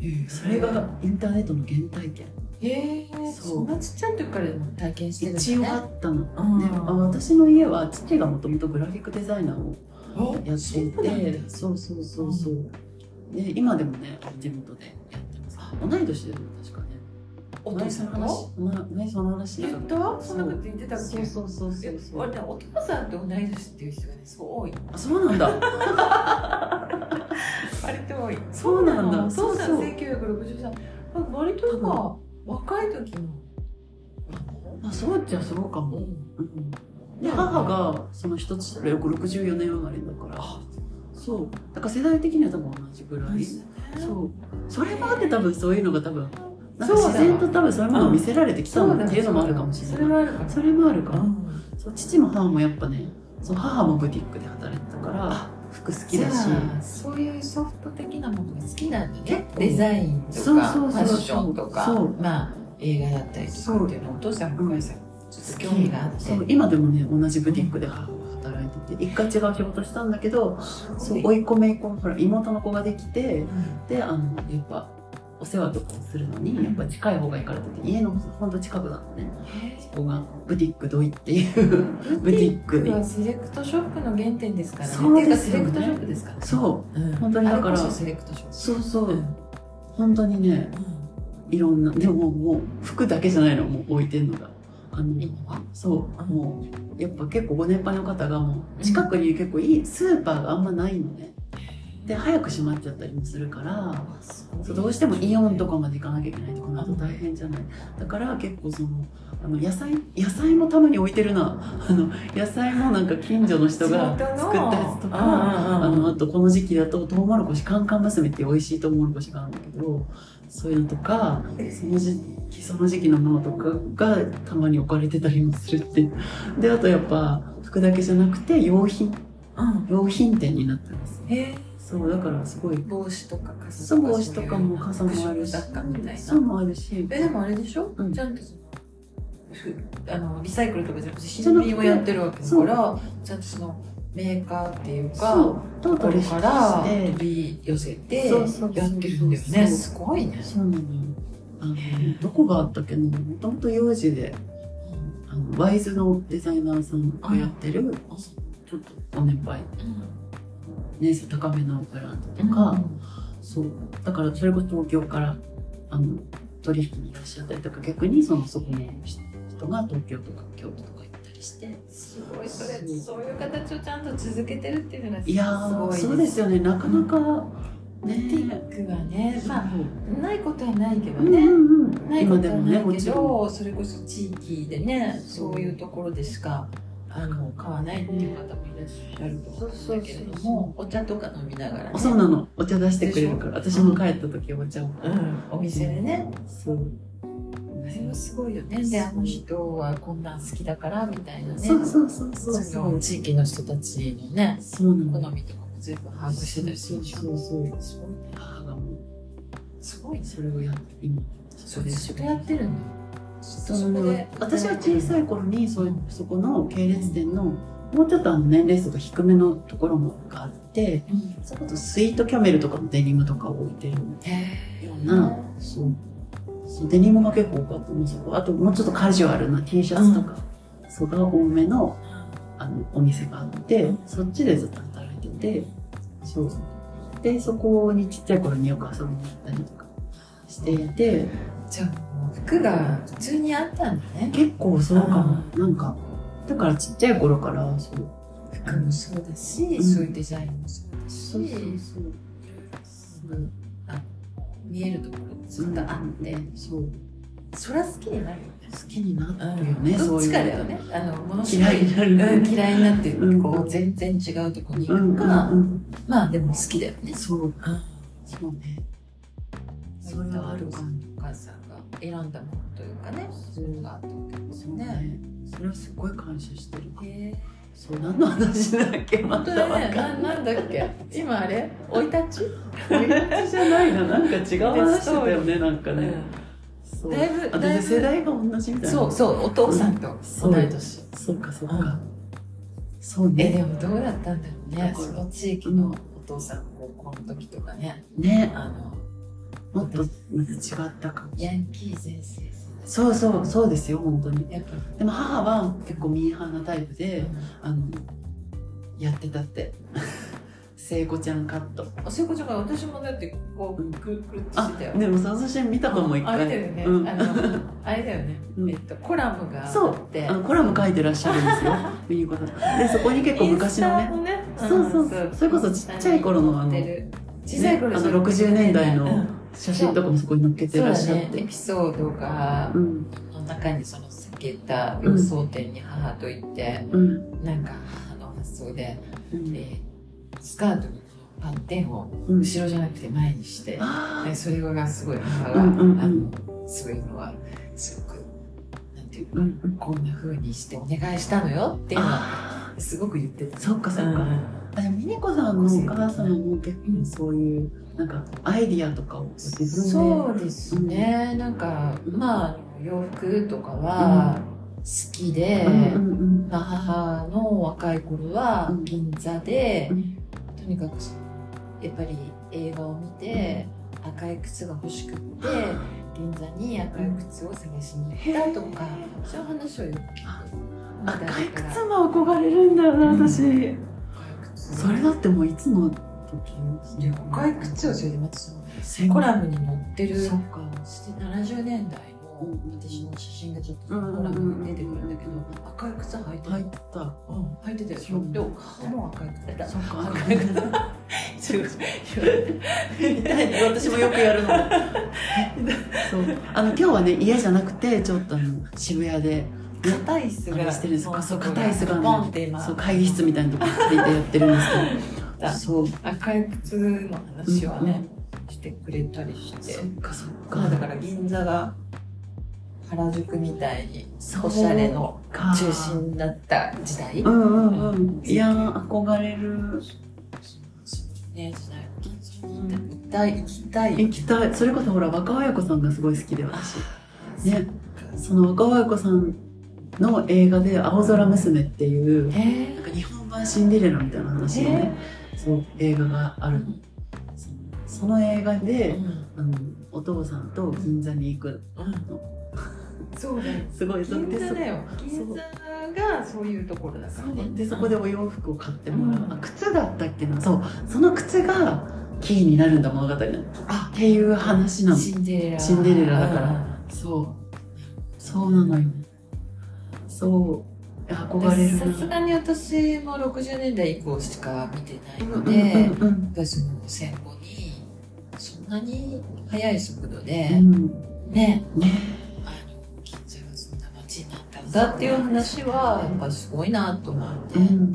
S2: に
S1: それがインターネットの原体験
S2: へえ
S1: そ
S2: そううそんなちっちゃい時からでも体験してるんだね
S1: 一応あったの、
S2: うん
S1: であ私の家は父がもともとグラフィックデザイナーをや
S2: あ
S1: って
S2: そ
S1: いう
S2: なんだ
S1: てそうそうそうそう、で今でもね地元でやってます同い年だよね確かね
S2: お父さん
S1: 前
S2: が
S1: その話前その話
S2: 言ったそんなこと言ってたっけ
S1: そうそうそうそう
S2: え
S1: そう
S2: 俺ねお父さんと同い年っていう人がねすごい多い
S1: あそうなんだ
S2: 割と多い
S1: そうなんだ
S2: そうだ
S1: そうそう
S2: 1963割とか若い時の
S1: あそうじゃそうかも、うん、で母がその一つ上64年生まれだから
S2: あ
S1: そうだから世代的には多分同じぐらいそうそれもあって多分そういうのが多分なんか
S2: そう
S1: 自
S2: だ
S1: 然と多分そういうものを見せられてきた
S2: そうだ
S1: っていうのもあるかもしれない
S2: それはあるかも
S1: それもあるか
S2: う
S1: ら、
S2: ん
S1: そう父も母もやっぱねそう母もブティックで働いてたから服好きだし
S2: じゃあそういうソフト的なものが好きなんでね
S1: 結構
S2: デザインとか
S1: そうそうそう
S2: ファッションとか
S1: そう
S2: まあ映画だったりとかっていうのをお父さんお母さんちょっと興味があって
S1: そう今でもね同じブティックで母が働いてて一回違う仕事したんだけどそう追
S2: い、
S1: い込め込むほら妹の子ができて
S2: うん
S1: であのやっぱお世話とかをするのにやっぱ近い方がいいからって言って家のほんと近くなのねそこがブティックドイっていうブ
S2: ブ
S1: テ
S2: テ
S1: ィ
S2: ィ
S1: ッ
S2: ッ
S1: ク
S2: ク
S1: に
S2: はセレクトショップの原点ですからね。
S1: そうですよね
S2: ていうかセレクトショップですからね。。
S1: そう
S2: ん、
S1: 本当にだから
S2: あれこそセレクトショッ
S1: う
S2: プ。
S1: そうそう、
S2: うん
S1: 本当にねいろんなでももう服だけじゃないのもう置いてんのがあの
S2: は
S1: そうもうやっぱ結構ご年配の方がもう近くに結構いいスーパーがあんまないのねで早く閉まっちゃったりもするからそうどうしてもイオンとかまで行かなきゃいけないとかなると大変じゃないだから結構そのあの野菜野菜もたまに置いてるなあの野菜もなんか近所の人が
S2: 地元の
S1: 作ったやつとか
S2: うんうんうん
S1: あのあとこの時期だとトウモロコシカンカン娘っていう美味しいトウモロコシがあるんだけどそういうのとかその時期その時期のものとかがたまに置かれてたりもするっていうであとやっぱ服だけじゃなくて用品
S2: うん。
S1: 用品店になってます
S2: え
S1: そうだからすごい
S2: 帽子とか傘
S1: そう帽子とかも傘もあるし
S2: そういう雑貨みたいな。
S1: そうもあるし
S2: えでもあれでしょ、
S1: うん
S2: ちゃんとそのふあのリサイクルとかじゃなくて
S1: じゃ
S2: 新
S1: なくて
S2: 品をやってるわけだからちゃんとそのメーカーっていう
S1: そ
S2: か
S1: うトー
S2: こ
S1: ト
S2: れ
S1: ルし
S2: から
S1: て
S2: 取り寄せて
S1: そうそうそうそう
S2: やってるんだよねすごいね
S1: そうなのあのどこがあったっけなもともと幼児であのワイズのデザイナーさんがやってるちょっとご年配年数高めのブランドとか、そうだからそれこそ東京からあの取引にいらっしゃったりとか逆にそのそこの人が東京とか京都とか行ったりして
S2: すごいそれそういう形をちゃんと続けてるっていうのがすごい
S1: いやーそうですよねなかなかね、
S2: ブティックはねまあないことはないけど
S1: うんう
S2: ね、
S1: んうん、
S2: ないこ
S1: 今
S2: と
S1: で
S2: は
S1: もね
S2: ない
S1: も
S2: け
S1: ちろん
S2: どそれこそ地域でね
S1: そう
S2: そういうところでしかあの買わないっていう方もいらっしゃると思うんだけれどもお茶とか飲みながら、ね、
S1: そうなのお茶出してくれるから
S2: でし
S1: 私
S2: ょ
S1: も帰った時お茶を
S2: うん、お店でね
S1: そう
S2: あれはすごいよねであの人はこんなん好きだからみたいなね
S1: そうそうそうそうそ
S2: の
S1: う
S2: 地域の人たちのね
S1: そうな
S2: 好
S1: の
S2: みとかも全部把握してたりするでしょ
S1: そうそうそう
S2: すごいね
S1: 母がもう
S2: すごいね
S1: それをやって今
S2: それずっとやってるんだよずっと
S1: そ
S2: そこで
S1: の私は小さ
S2: い
S1: い頃にそういうそこの系列店のもうちょっとあの年齢層が低めのところもがあってそれこそスイートキャメルとかのデニムとかを置いてるよ
S2: へ
S1: うなそうそうデニムが結構多かったのそこあともうちょっとカジュアルな T シャツとか、そうが多めのあのお店があってそっちでずっと働いててそうでそこにちっちゃい頃によく遊びに行ったりとかしていて
S2: じゃあもう服が普通にあったんだね
S1: 結構そうかもなんかだからちっちゃい頃からそう
S2: 服もそうだし、
S1: ん
S2: そういうデザインもそうだし
S1: そうそうそう
S2: うんあ見えるところにずっとあって、
S1: そう
S2: そりゃ好きになるよね
S1: 好きになったよ
S2: うん
S1: ね、
S2: ど
S1: そ
S2: っ
S1: うい
S2: ち
S1: う
S2: かだよねあのものすごい
S1: 嫌いになる
S2: うん、嫌いになってる、
S1: うん
S2: こう全然違うとこに
S1: う
S2: 行
S1: ん
S2: くか、
S1: うんうん
S2: まあでも好きだよね
S1: そう
S2: うん
S1: そうねそれはあるかも
S2: お母さんが選んだものというかねそういうのがあったわけです
S1: そ
S2: よ
S1: う
S2: ね
S1: ねそれはすごい感謝してる
S2: へえ
S1: そう何の話だっけま
S2: 本当
S1: た
S2: だ
S1: わか
S2: ね
S1: んない
S2: ななんだっけ今あれ生い立ち、
S1: 同じじゃないななんか違う話してたよねなんかね、そう
S2: だいぶ
S1: あ
S2: だいぶ
S1: 世代が同じみたいな
S2: そうそうお父さんと
S1: そう
S2: 同い年、
S1: そうかそう
S2: う
S1: かそう
S2: え
S1: ね
S2: でもどうだったんだろう
S1: だ
S2: ね
S1: から
S2: その地域のお父さん高校の時とかね
S1: ね
S2: あの
S1: もっとまた違ったかも
S2: ヤンキー全盛
S1: そうそうそうですよ本当に
S2: やっぱ
S1: でも母は結構ミーハーなタイプ
S2: り、
S1: であのやってたって 聖子ちゃんカット
S2: おせこちゃんが私もだってこ
S1: うん
S2: うくるくるって
S1: あ
S2: してたよ
S1: でもその写真見たと思う一
S2: あれだ
S1: 回
S2: よね、
S1: うん
S2: あのあれだよね、
S1: うん
S2: えっと、コラムが
S1: そう
S2: あって
S1: あのコラム書いてらっしゃるんです よミニコさんでそこに結構昔のね
S2: ね
S1: そうそうそうそれこそちっちゃい頃のあの
S2: 載ってる小さい頃
S1: ねあの60年代の
S2: うん
S1: 写真とかもそこに載っけて
S2: そう
S1: らっ
S2: だ
S1: しゃっ
S2: ね
S1: て
S2: エピソードが
S1: うん
S2: の中にそのさっき言った予想店に母と行って、
S1: うん
S2: なんか母の発想で、
S1: う
S2: え
S1: ん
S2: ースカートのパッテンを
S1: うん
S2: 後ろじゃなくて前にして、
S1: あ
S2: で
S1: ー
S2: それがすごい母が、
S1: うんうんうん
S2: あのそういうのはすごくなんていう
S1: う
S2: の
S1: んうん
S2: こんな風にしてお願いしたのよっていうのは
S1: あ
S2: すごく言って
S1: ー
S2: た。
S1: そっかそっか、
S2: うん
S1: あでもミネコさんのお母様も結構そういうなんかアイディアとかを自分で
S2: そうですね、なんかまああの洋服とかは好きで、
S1: うんうん
S2: まあ、母の若い頃は
S1: うん
S2: 銀座で
S1: う、ん
S2: とにかくやっぱり映画を見て赤い靴が欲しくって銀座に赤い靴を探しに行ったとか
S1: へ
S2: そういう話をよく聞く
S1: 赤い
S2: だ
S1: 靴
S2: から
S1: も憧れるんだよな私、
S2: 赤い靴
S1: それだってもういつの時
S2: で赤い靴をそれでまたその
S1: 戦
S2: コラムに載ってる
S1: そっか
S2: そして70年代
S1: う
S2: の
S1: ん
S2: 私の写真がちょっとコ
S1: う
S2: ラ
S1: ん
S2: ムに出てくるんだけど赤い靴履いてる、
S1: 入った
S2: うん、履いてたでし
S1: そ
S2: ょ
S1: う
S2: で母も赤い靴だ
S1: そっか
S2: 赤い靴違う
S1: みたいに私もよくやるの そうあの今日はね家じゃなくてちょっとあの渋谷で
S2: 硬い椅子
S1: あれ
S2: が
S1: してるんです
S2: も
S1: かそう
S2: こが
S1: 硬い椅子がある
S2: ポンって今
S1: そう会議室みたいなとこに行ってやってるんです けど
S2: だ
S1: そう
S2: 赤い靴の話はね、してくれたりして
S1: そっかそっか
S2: まあだから銀座が原宿みたいに
S1: そう
S2: おしゃれの
S1: か
S2: 中心だった時代
S1: うんうんうんいやー憧れる
S2: ね時代銀座に行きたい行きたい
S1: 行きたいそれこそほら若彩子さんがすごい好きで私ね
S2: そ
S1: その若彩子さんの映画で「青空娘」っていう
S2: うへ
S1: なんか日本版シンデレラみたいな話のねそう映画があるのそのその映画
S2: え
S1: で、
S2: ん
S1: あのお父さんと銀座に行く
S2: そうだよ
S1: すごいそ
S2: 銀
S1: で
S2: 座
S1: そ
S2: だよ銀座がそういうところだからね
S1: でそこでお洋服を買ってもらう、
S2: うん
S1: あ靴だったっけなそうその靴がキーになるんだ物語の
S2: あ
S1: っていう話なの
S2: シンデレラ
S1: シンデレラだから
S2: うん
S1: そうそうなのよそう憧れる
S2: さすがに私も60年代以降しか見てないの
S1: な
S2: で、
S1: うん
S2: やっ
S1: うん
S2: ぱりその戦後にそんなに速い速度
S1: う
S2: で、
S1: ん
S2: ね
S1: うんね
S2: あの銀座がそんな街になったんだっていう話はやっぱすごいなと思って、
S1: うん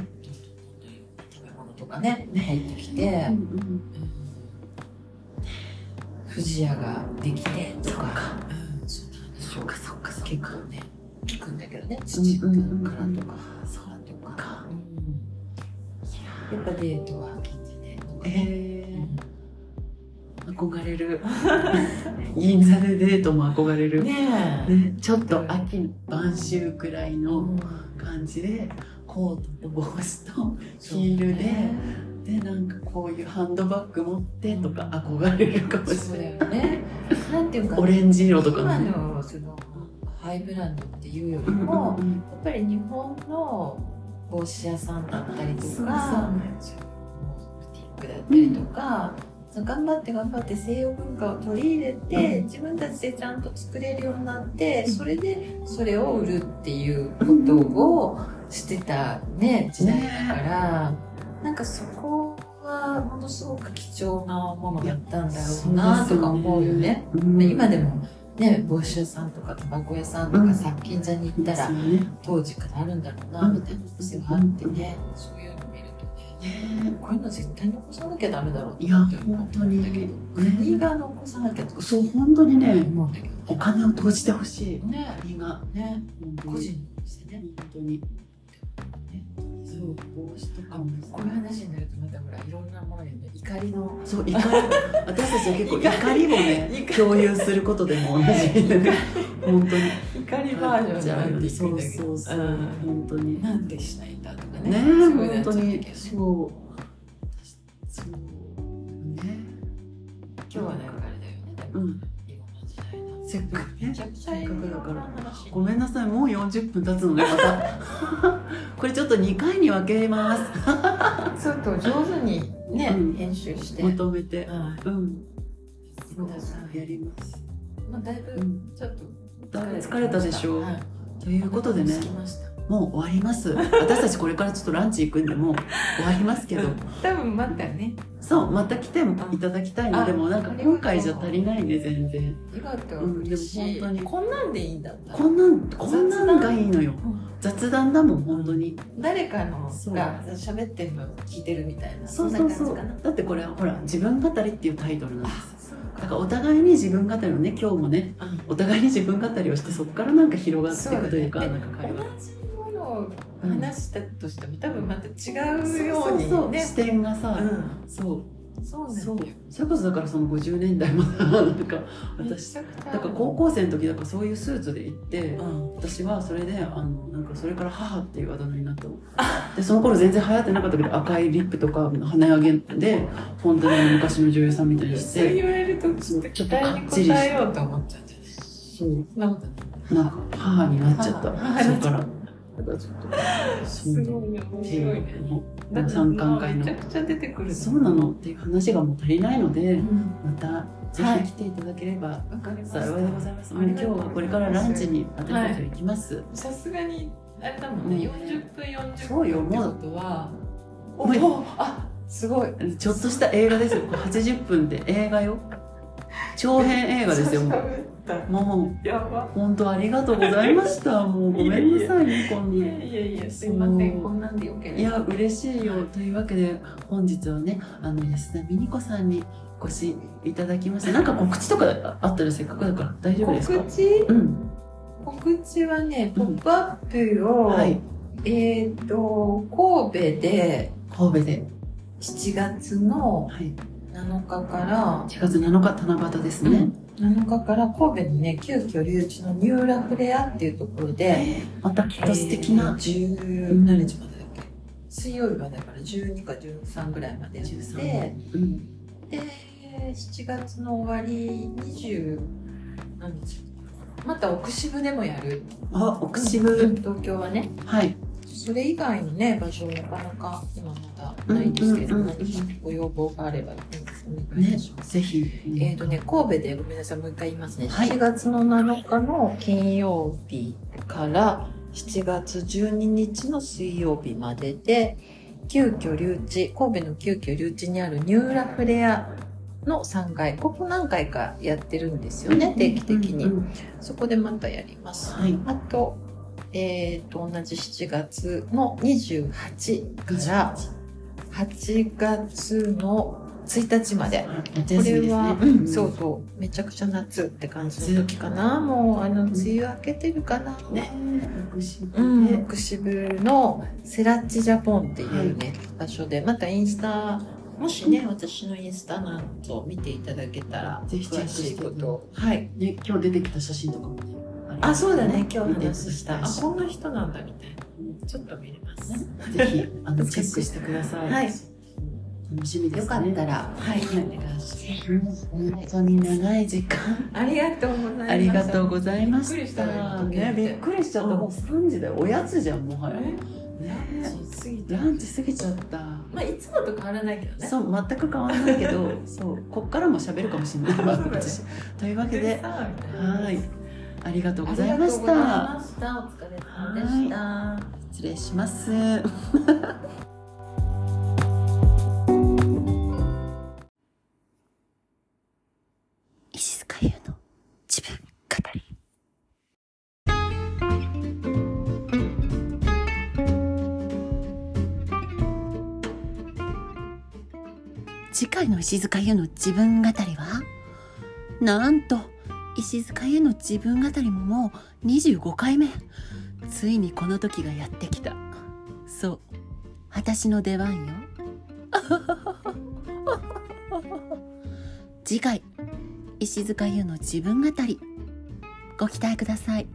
S2: 食べ物とかね入ってきて、
S1: うんうん
S2: 不二家ができてと
S1: そう
S2: か、
S1: か
S2: うん、そんな話
S1: そ
S2: を
S1: うかそうかそう
S2: 結
S1: か
S2: 構ね聞くんだけどね父からとか母からとか。
S1: か
S2: やっぱデートは禁止で。
S1: え
S2: う
S1: ー
S2: ん
S1: 憧れる銀座でデートも憧れる、ね
S2: ね
S1: ちょっと秋晩秋くらいの感じでコートと帽子とヒールで、でなんかこういうハンドバッグ持ってとか憧れるかもし
S2: そう
S1: れな
S2: だ
S1: い
S2: よね。なんていうか、
S1: オレンジ色とか
S2: 今
S1: ね
S2: のそのハイブランドっていうより
S1: うんうん
S2: も、
S1: う
S2: や
S1: ん
S2: っぱり日本の帽子屋さんだったりと
S1: そうそう
S2: か、そういうブティックだったりとか、その頑張って頑張って西洋文化を取り入れて、
S1: うん
S2: 自分たちでちゃんと作れるようになって、それでそれを売るっていうことをしてたね、時代だから、なんかそこはものすごく貴重なものだったんだろうなとか思うよね。、
S1: うん
S2: 今でもね、帽子屋さんとかタバコ屋さんと
S1: うん
S2: か殺菌座に行ったら
S1: そうね
S2: 当時からあるんだろうなみたいな店があってね、そういうの見るとね
S1: ね
S2: こういうの絶対残さなきゃダメだろう
S1: い
S2: と
S1: や
S2: 思ってる
S1: 本当に
S2: だけど
S1: ね
S2: 国が残さなきゃとか
S1: そう本当にね
S2: 思うんだけど
S1: お金を投じてほしい
S2: ね
S1: 国が
S2: ね
S1: 本当
S2: 個
S1: に
S2: 人の店ね
S1: 本当に。そう帽子とかも
S2: こういう話になるとまたほらいろんなものにね怒りの
S1: そう 怒り私たちは結構
S2: 怒り
S1: 怒りもね
S2: 怒り
S1: 共有することでも同じ本当に
S2: 怒りバージョンになっていくんだけど
S1: そうそうそう
S2: うん
S1: 本当にね
S2: なんでしないんだとか
S1: え
S2: ねすごい
S1: 本
S2: なっち
S1: 当
S2: ゃうけどね
S1: にそうそう
S2: 今日はなんかあれだよね。
S1: うん
S2: 今の時代の。
S1: せっかくね
S2: めちゃくちゃいろんな話。
S1: ごめんなさいもう40分経つのねまたこれちょっと2回に分けます
S2: ちょっと上手にね、
S1: うん
S2: 編集して。
S1: まとめて
S2: はい
S1: うん
S2: 皆さん
S1: やります、
S2: まあ、だいうぶ
S1: ん、
S2: ちょっと
S1: だいぶ疲れたでしょう、
S2: はい、
S1: ということでね
S2: お腹も空きました
S1: もう終わります私たちこれからちょっとランチ行くんでもう終わりますけど
S2: 多分またね。
S1: そうまた来ていただきたいので
S2: あ
S1: もなんか今回じゃ足りないね全然
S2: 意外と嬉しい、
S1: うんでも
S2: こんなんでいいんだった
S1: こんなんこんなんがいいのよ
S2: うん
S1: 雑談だもん本当に
S2: 誰かの
S1: そう
S2: が喋ってるのを聞いてるみたいな
S1: そうそうそ
S2: ん
S1: う
S2: な感じかな
S1: だってこれほら自分語りっていうタイトルなんです
S2: あそう
S1: だからお互いに自分語りをね今日もね
S2: か
S1: お互いに自分語りをしてそこからなんか広がっていくというか
S2: そうだ
S1: な
S2: ね
S1: んか会話
S2: 同じものを
S1: うん
S2: 話したとしても多分また違
S1: そう
S2: うよ
S1: そうう
S2: にね
S1: そう視点がさそう
S2: うんそうなんだ
S1: そ
S2: よ
S1: うそれこそだからその50年代もさなんか私
S2: めちゃくちゃ
S1: だから高校生の時だからそういうスーツで行って
S2: うん
S1: 私はそれであのなんかそれから母っていうあだ名になったのでその頃全然流行ってなかったけど赤いリップとか鼻上げで本当にあの昔の女優さんみたいにし
S2: そう
S1: て
S2: 言われるとちょっと期待に応えようと思っちゃうんじゃない
S1: そう
S2: そんなことない
S1: なんか母になっちゃった
S2: 母
S1: そっからだからちょっとそう
S2: すごいね
S1: っ
S2: 面
S1: てい
S2: 白いうね
S1: の
S2: だって
S1: 三冠会
S2: め
S1: の
S2: ちゃくちゃ出てくる
S1: そうなのっていう話がもう足りないので
S2: うん
S1: またぜ
S2: はい
S1: ひ来ていただければ
S2: わかりました
S1: 幸いでございます、
S2: あ
S1: もう
S2: り
S1: 今
S2: が
S1: 日
S2: とうございます
S1: はこれからランチにまた行きます、
S2: さすがにあれだもんね
S1: ね
S2: 40分40分
S1: そうよ
S2: って
S1: もう
S2: ことは
S1: お
S2: お
S1: 前
S2: おあすごい
S1: ちょっとした映画ですよ。80分って映画よ。長編映画ですよ。も
S2: 喋った
S1: う、も
S2: やば
S1: う本当ありがとうございま した。もうごめんなさいね、こん
S2: いや
S1: に。
S2: いやいやすいませ
S1: そうん
S2: こんなんでよけ
S1: い
S2: れば
S1: や、嬉しいよ。というわけで、本日はね、あの、安田美に子さんにお越しいただきました。なんか告知とかあったらせっかくだから大丈夫ですか
S2: 告知
S1: うん。
S2: 告知はね「
S1: う
S2: ポ
S1: ん
S2: ップアップを、
S1: はい。
S2: えっ、と神戸で
S1: 神戸で。
S2: 7月の
S1: はい。
S2: 7日から
S1: 1月7日、七夕ですね。
S2: 7日から神戸のね急遽留置のニューラフレアっていうところで、
S1: またきっと素敵な。
S2: 10何日までだっけ水曜日までだから12か13ぐらいまでやってで
S1: うん。
S2: 7月の終わり20何日また奥渋でもやる
S1: あ、奥
S2: うん
S1: 渋。
S2: 東京はね
S1: はい。
S2: それ以外のね場所はなかなか今まだないんですけれど
S1: うんうん
S2: も
S1: うんうん
S2: ご要望があればねお願い
S1: ね
S2: しま、す、
S1: ぜひ。
S2: えっ、とね、神戸でごめんなさい、もう一回言いますね。
S1: はい
S2: 7月の7日の金曜日から7月12日の水曜日までで、急遽留置、神戸の急遽留置にあるニューラフレアの3階、ここ何回かやってるんですよね、定期的
S1: うん
S2: に。
S1: うん
S2: そこでまたやります。
S1: はい。
S2: あと、えっ、と、同じ7月の28から8月の1日まで。
S1: 夏
S2: こ
S1: 休みです
S2: れ
S1: ね
S2: は、。
S1: うん
S2: そうそうめちゃくちゃ夏って感じの時かなもうあの梅雨明けてるかな、
S1: ね。福島
S2: う
S1: で
S2: ん、奥渋のセラッチジャポンっていうね、場所でまたインスタもしね私のインスタなんぞ見ていただけたら
S1: ぜひチェック
S2: 詳
S1: して
S2: しいことをはい
S1: ね、今日出てきた写真とかもね。りま
S2: あ
S1: す
S2: そうだね今日話したあ
S1: 見てくださ
S2: こんな人なんだみたいなちょっと見れます、
S1: いぜひ、あの、
S2: チ
S1: チ
S2: ェック
S1: ェックしてください。
S2: はい
S1: 楽しみですね。
S2: よかったら、はい、
S1: はい
S2: お願いします。
S1: うん。本当に長い時間。
S2: ありがとうございます。
S1: ありがとうございました。
S2: びっくりした今時計
S1: ね、
S2: 見て
S1: びっくりしちゃった。
S2: うん
S1: もう三時だよ。おやつじゃん、もはや。ね。
S2: すぎ
S1: ランチ過ぎちゃった。
S2: まあ、いつもと変わらないけどね。
S1: そう、全く変わんないけど、 そう、こっからも喋るかもしれ ない。
S2: そうだね
S1: 私というわけで。はい。ありがとうございまし
S2: ありが
S1: た。
S2: とうございました。お疲れ様でした。
S1: 失礼します。 石塚優の自分語り。次回の石塚優の自分語りはなんと石塚優の自分語りももう25回目ついにこの時がやってきたそう私の出番よ 次回石塚優の自分語りご期待ください